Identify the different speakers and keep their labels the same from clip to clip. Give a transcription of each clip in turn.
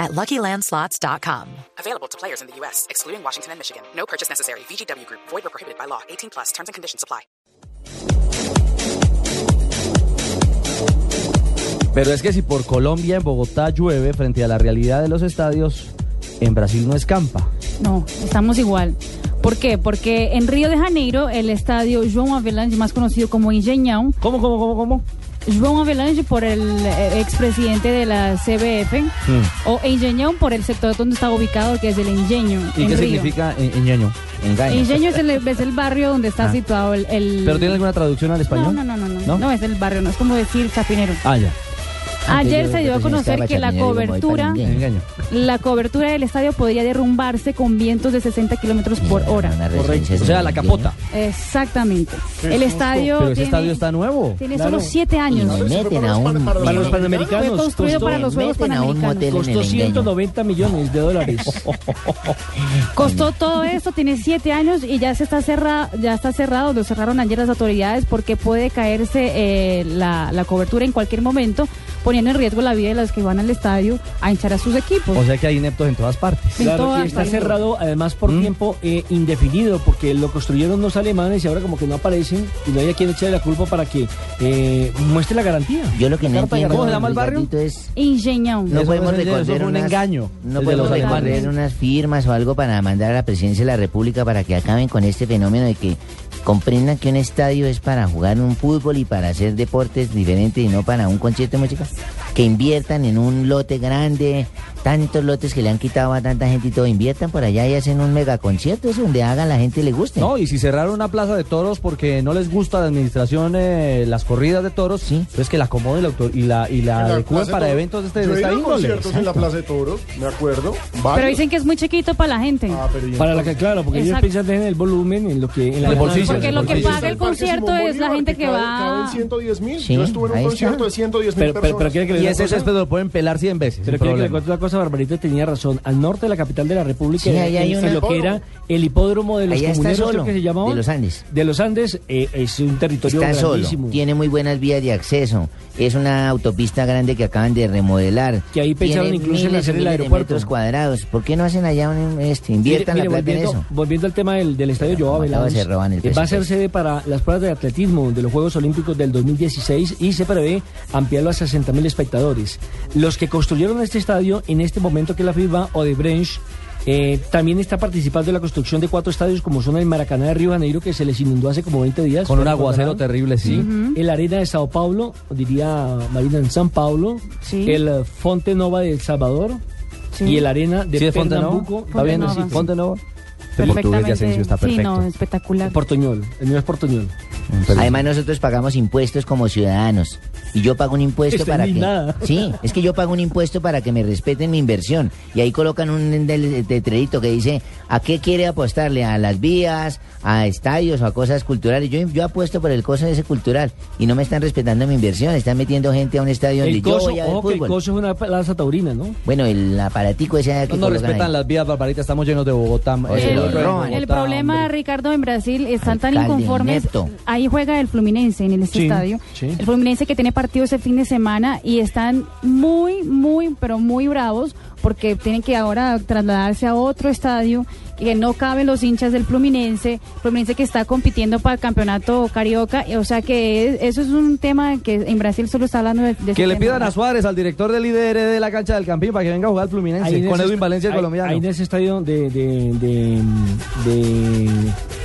Speaker 1: at luckylandslots.com.
Speaker 2: Available to players in the U.S., excluding Washington and Michigan. No purchase necessary. VGW Group, void or prohibited by law. 18 plus terms and conditions apply.
Speaker 3: Pero es que si por Colombia en Bogotá llueve frente a la realidad de los estadios, en Brasil no escampa.
Speaker 4: No, estamos igual. ¿Por qué? Porque en Río de Janeiro, el estadio João Avelange, más conocido como Engenhão,
Speaker 3: ¿Cómo, cómo, cómo, cómo?
Speaker 4: João Avelange por el eh, expresidente de la CBF,
Speaker 3: Hmm.
Speaker 4: o Engenhão por el sector donde está ubicado, que es el Engenho,
Speaker 3: ¿Y
Speaker 4: en
Speaker 3: qué
Speaker 4: Río.
Speaker 3: significa en- engaño? Engaño.
Speaker 4: Engenho es el, es el barrio donde está
Speaker 3: Ah.
Speaker 4: situado el... el-
Speaker 3: ¿Pero tiene alguna traducción al
Speaker 4: no,
Speaker 3: español?
Speaker 4: no, no, no, no,
Speaker 3: ¿No?
Speaker 4: no, es el barrio, no es como decir chapinero.
Speaker 3: Ah, ya.
Speaker 4: Ayer se dio a conocer que la cobertura...
Speaker 3: Engaño.
Speaker 4: La cobertura del estadio podría derrumbarse con vientos de 60 kilómetros por hora.
Speaker 5: Pues,
Speaker 3: Correcto. O sea, la capota.
Speaker 4: Exactamente. El estadio.
Speaker 3: Pero ese
Speaker 4: tiene-
Speaker 3: estadio está nuevo.
Speaker 4: Tiene solo siete años.
Speaker 5: meten a un,
Speaker 6: Para los
Speaker 4: Fue
Speaker 6: panamericanos
Speaker 4: construido
Speaker 3: pues,
Speaker 6: costó,
Speaker 4: para los Juegos
Speaker 5: meten a un motel
Speaker 4: Panamericanos.
Speaker 5: en
Speaker 6: costó
Speaker 5: el engaño.
Speaker 6: 190 millones de dólares.
Speaker 4: Costó todo esto, tiene siete años y ya se está cerrado, ya está cerrado, lo cerraron ayer las autoridades porque puede caerse eh, la, la cobertura en cualquier momento, poniendo en riesgo la vida de los que van al estadio a hinchar a sus equipos.
Speaker 3: O sea que hay ineptos en todas partes.
Speaker 4: En
Speaker 6: Claro,
Speaker 4: todas
Speaker 6: y está
Speaker 4: partes.
Speaker 6: cerrado además por
Speaker 5: ¿Mm?
Speaker 6: tiempo eh, indefinido porque lo construyeron los alemanes y ahora como que no aparecen y no hay a quien echarle la culpa para que eh, muestre la garantía.
Speaker 5: Yo lo que no
Speaker 6: Carpa de
Speaker 5: entiendo,
Speaker 3: ¿Cómo se llama el
Speaker 5: Luis
Speaker 3: barrio?
Speaker 5: Galdito, es
Speaker 4: Ingenión.
Speaker 5: no
Speaker 3: Eso
Speaker 5: podemos
Speaker 3: no es el de- eso
Speaker 5: recorrer
Speaker 3: fue un
Speaker 5: unas-
Speaker 3: engaño, el
Speaker 5: No
Speaker 3: de
Speaker 5: podemos
Speaker 3: los
Speaker 5: recorrer
Speaker 3: alemanes.
Speaker 5: unas firmas o algo para mandar a la presidencia de la República para que acaben con este fenómeno de que comprendan que un estadio es para jugar un fútbol y para hacer deportes diferentes y no para un concierto de música. Que inviertan en un lote grande, tantos lotes que le han quitado a tanta gente y todo, inviertan por allá y hacen un mega concierto, es donde hagan la gente le guste.
Speaker 3: No, y si cerraron una plaza de toros porque no les gusta la administración eh, las corridas de toros,
Speaker 5: Sí.
Speaker 3: pues que la acomoden la autor- y la, y la
Speaker 7: En la
Speaker 3: adecúen
Speaker 7: Plaza
Speaker 3: para
Speaker 7: Toro.
Speaker 3: eventos Ah, de este
Speaker 7: Yo
Speaker 3: de
Speaker 7: he ido
Speaker 3: esta
Speaker 7: a
Speaker 3: índole.
Speaker 7: conciertos en la Plaza de Toros, me acuerdo. varios.
Speaker 4: Pero dicen que es muy chiquito para la gente.
Speaker 7: Ah, pero ¿y
Speaker 6: Para la
Speaker 7: entonces?
Speaker 6: que, claro, porque ellos
Speaker 4: Exacto.
Speaker 6: piensan en el volumen, en lo que... En la
Speaker 3: El
Speaker 6: ganancia.
Speaker 3: bolsillo.
Speaker 4: Porque lo que
Speaker 7: Ahí está
Speaker 4: paga el
Speaker 7: Parque
Speaker 4: concierto
Speaker 7: Simón
Speaker 4: es la
Speaker 7: Bolívar,
Speaker 4: gente que
Speaker 7: cabe-
Speaker 4: va-
Speaker 7: Caben 110 mil.
Speaker 5: Sí,
Speaker 7: Yo estuve en
Speaker 5: ahí
Speaker 7: un
Speaker 5: está.
Speaker 7: concierto de 110 mil
Speaker 6: Pero, pero, pero
Speaker 7: personas.
Speaker 6: quiere que le
Speaker 3: Y
Speaker 6: dé
Speaker 3: ese
Speaker 6: una cosa?
Speaker 3: césped lo pueden pelar 100 veces.
Speaker 6: Pero
Speaker 3: sin
Speaker 6: quiero que le
Speaker 3: problema.
Speaker 6: cuente una cosa, Barbarita tenía razón. Al norte de la capital de la República,
Speaker 5: Sí, ahí hay
Speaker 6: en-
Speaker 5: un
Speaker 6: en lo que
Speaker 7: hipódromo.
Speaker 6: era el hipódromo de los
Speaker 5: Allá está
Speaker 6: comuneros,
Speaker 5: solo,
Speaker 6: creo que se llamaba.
Speaker 5: de los Andes.
Speaker 6: De los Andes, eh, es un territorio
Speaker 5: Está solo,
Speaker 6: grandísimo.
Speaker 5: tiene muy buenas vías de acceso, es una autopista grande que acaban de remodelar.
Speaker 6: Que ahí pensaron
Speaker 5: Tiene
Speaker 6: incluso en
Speaker 5: miles y
Speaker 6: hacer el
Speaker 5: miles de
Speaker 6: aeropuerto.
Speaker 5: metros cuadrados. ¿Por qué no hacen allá un este? Inviertan
Speaker 6: Mire,
Speaker 5: la
Speaker 6: mire,
Speaker 5: plata en
Speaker 6: volviendo,
Speaker 5: eso.
Speaker 6: volviendo al tema del, del estadio
Speaker 5: Pero
Speaker 6: Joao
Speaker 5: como todos
Speaker 6: Velázquez,
Speaker 5: se roban el
Speaker 6: eh, va a ser
Speaker 5: presupuesto.
Speaker 6: sede para las pruebas de atletismo de los Juegos Olímpicos del 2016 y se prevé ampliarlo a 60.000 espectadores. Los que construyeron este estadio en este momento que es la FIBA o de Branch también está participando en la construcción de cuatro estadios como son el Maracaná de Río de Janeiro que se les inundó hace como 20 días.
Speaker 3: Con un
Speaker 6: ¿Se acordarán?
Speaker 3: aguacero terrible, sí.
Speaker 6: El Arena de Sao Paulo, diría Marina en San Paulo.
Speaker 4: Sí.
Speaker 6: El eh, Fonte Nova de El Salvador.
Speaker 4: Sí.
Speaker 6: Y el Arena de
Speaker 3: ¿Sí es Fontenova?
Speaker 6: Pernambuco.
Speaker 3: ¿Está bien?
Speaker 4: Fontenova,
Speaker 3: ¿Sí?
Speaker 4: sí.
Speaker 3: ¿Fontenova? El portugués de Asensio está
Speaker 4: Sí,
Speaker 3: perfecto.
Speaker 4: no, espectacular.
Speaker 6: Portoñol, el mío es Portoñol.
Speaker 5: Además nosotros pagamos impuestos como ciudadanos y yo pago un impuesto
Speaker 6: Está
Speaker 5: para que
Speaker 6: indignada.
Speaker 5: sí, es que yo pago un impuesto para que me respeten mi inversión y ahí colocan un del- letrerito que dice a qué quiere apostarle a las vías, a estadios o a cosas culturales. Yo, yo apuesto por el coso ese cultural y no me están respetando mi inversión, están metiendo gente a un estadio donde
Speaker 6: El
Speaker 5: yo
Speaker 6: coso,
Speaker 5: voy a ver
Speaker 6: ojo que el
Speaker 5: fútbol.
Speaker 6: coso es una plaza taurina, ¿no?
Speaker 5: Bueno, el aparatico ese que
Speaker 3: No nos
Speaker 5: colocan
Speaker 3: respetan
Speaker 5: ahí.
Speaker 3: las vías, Barbarita. Estamos llenos de Bogotá.
Speaker 5: Oye,
Speaker 3: eh,
Speaker 4: El,
Speaker 5: lo
Speaker 3: llenos de
Speaker 5: roban.
Speaker 4: el
Speaker 3: Bogotá,
Speaker 4: problema,
Speaker 3: hombre.
Speaker 4: Ricardo, en Brasil están tan
Speaker 5: Alcalde
Speaker 4: inconformes.
Speaker 5: inepto.
Speaker 4: Ahí juega el Fluminense en ese
Speaker 6: Sí,
Speaker 4: estadio.
Speaker 6: sí.
Speaker 4: El Fluminense que tiene partidos el fin de semana y están muy, muy, pero muy bravos porque tienen que ahora trasladarse a otro estadio que no caben los hinchas del Fluminense. Fluminense que está compitiendo para el campeonato carioca. O sea que es- eso es un tema que en Brasil solo está hablando de. de
Speaker 3: Que
Speaker 4: ese
Speaker 3: le
Speaker 4: tema.
Speaker 3: pidan a Suárez, al director del IDR de la cancha del Campín, para que venga a jugar al Fluminense.
Speaker 6: en
Speaker 3: con
Speaker 6: ese
Speaker 3: Edwin
Speaker 6: est-
Speaker 3: Valencia, el
Speaker 6: ahí-
Speaker 3: colombiano.
Speaker 6: Ahí en ese estadio de, de, de, de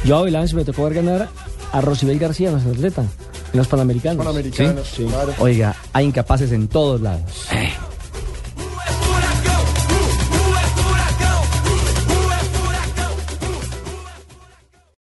Speaker 6: Joao Velázquez me tocó ver ganar a Rosibel García, nuestra atleta, en los Panamericanos.
Speaker 7: Panamericanos,
Speaker 6: Sí, sí.
Speaker 7: claro.
Speaker 3: Oiga, hay incapaces en todos lados.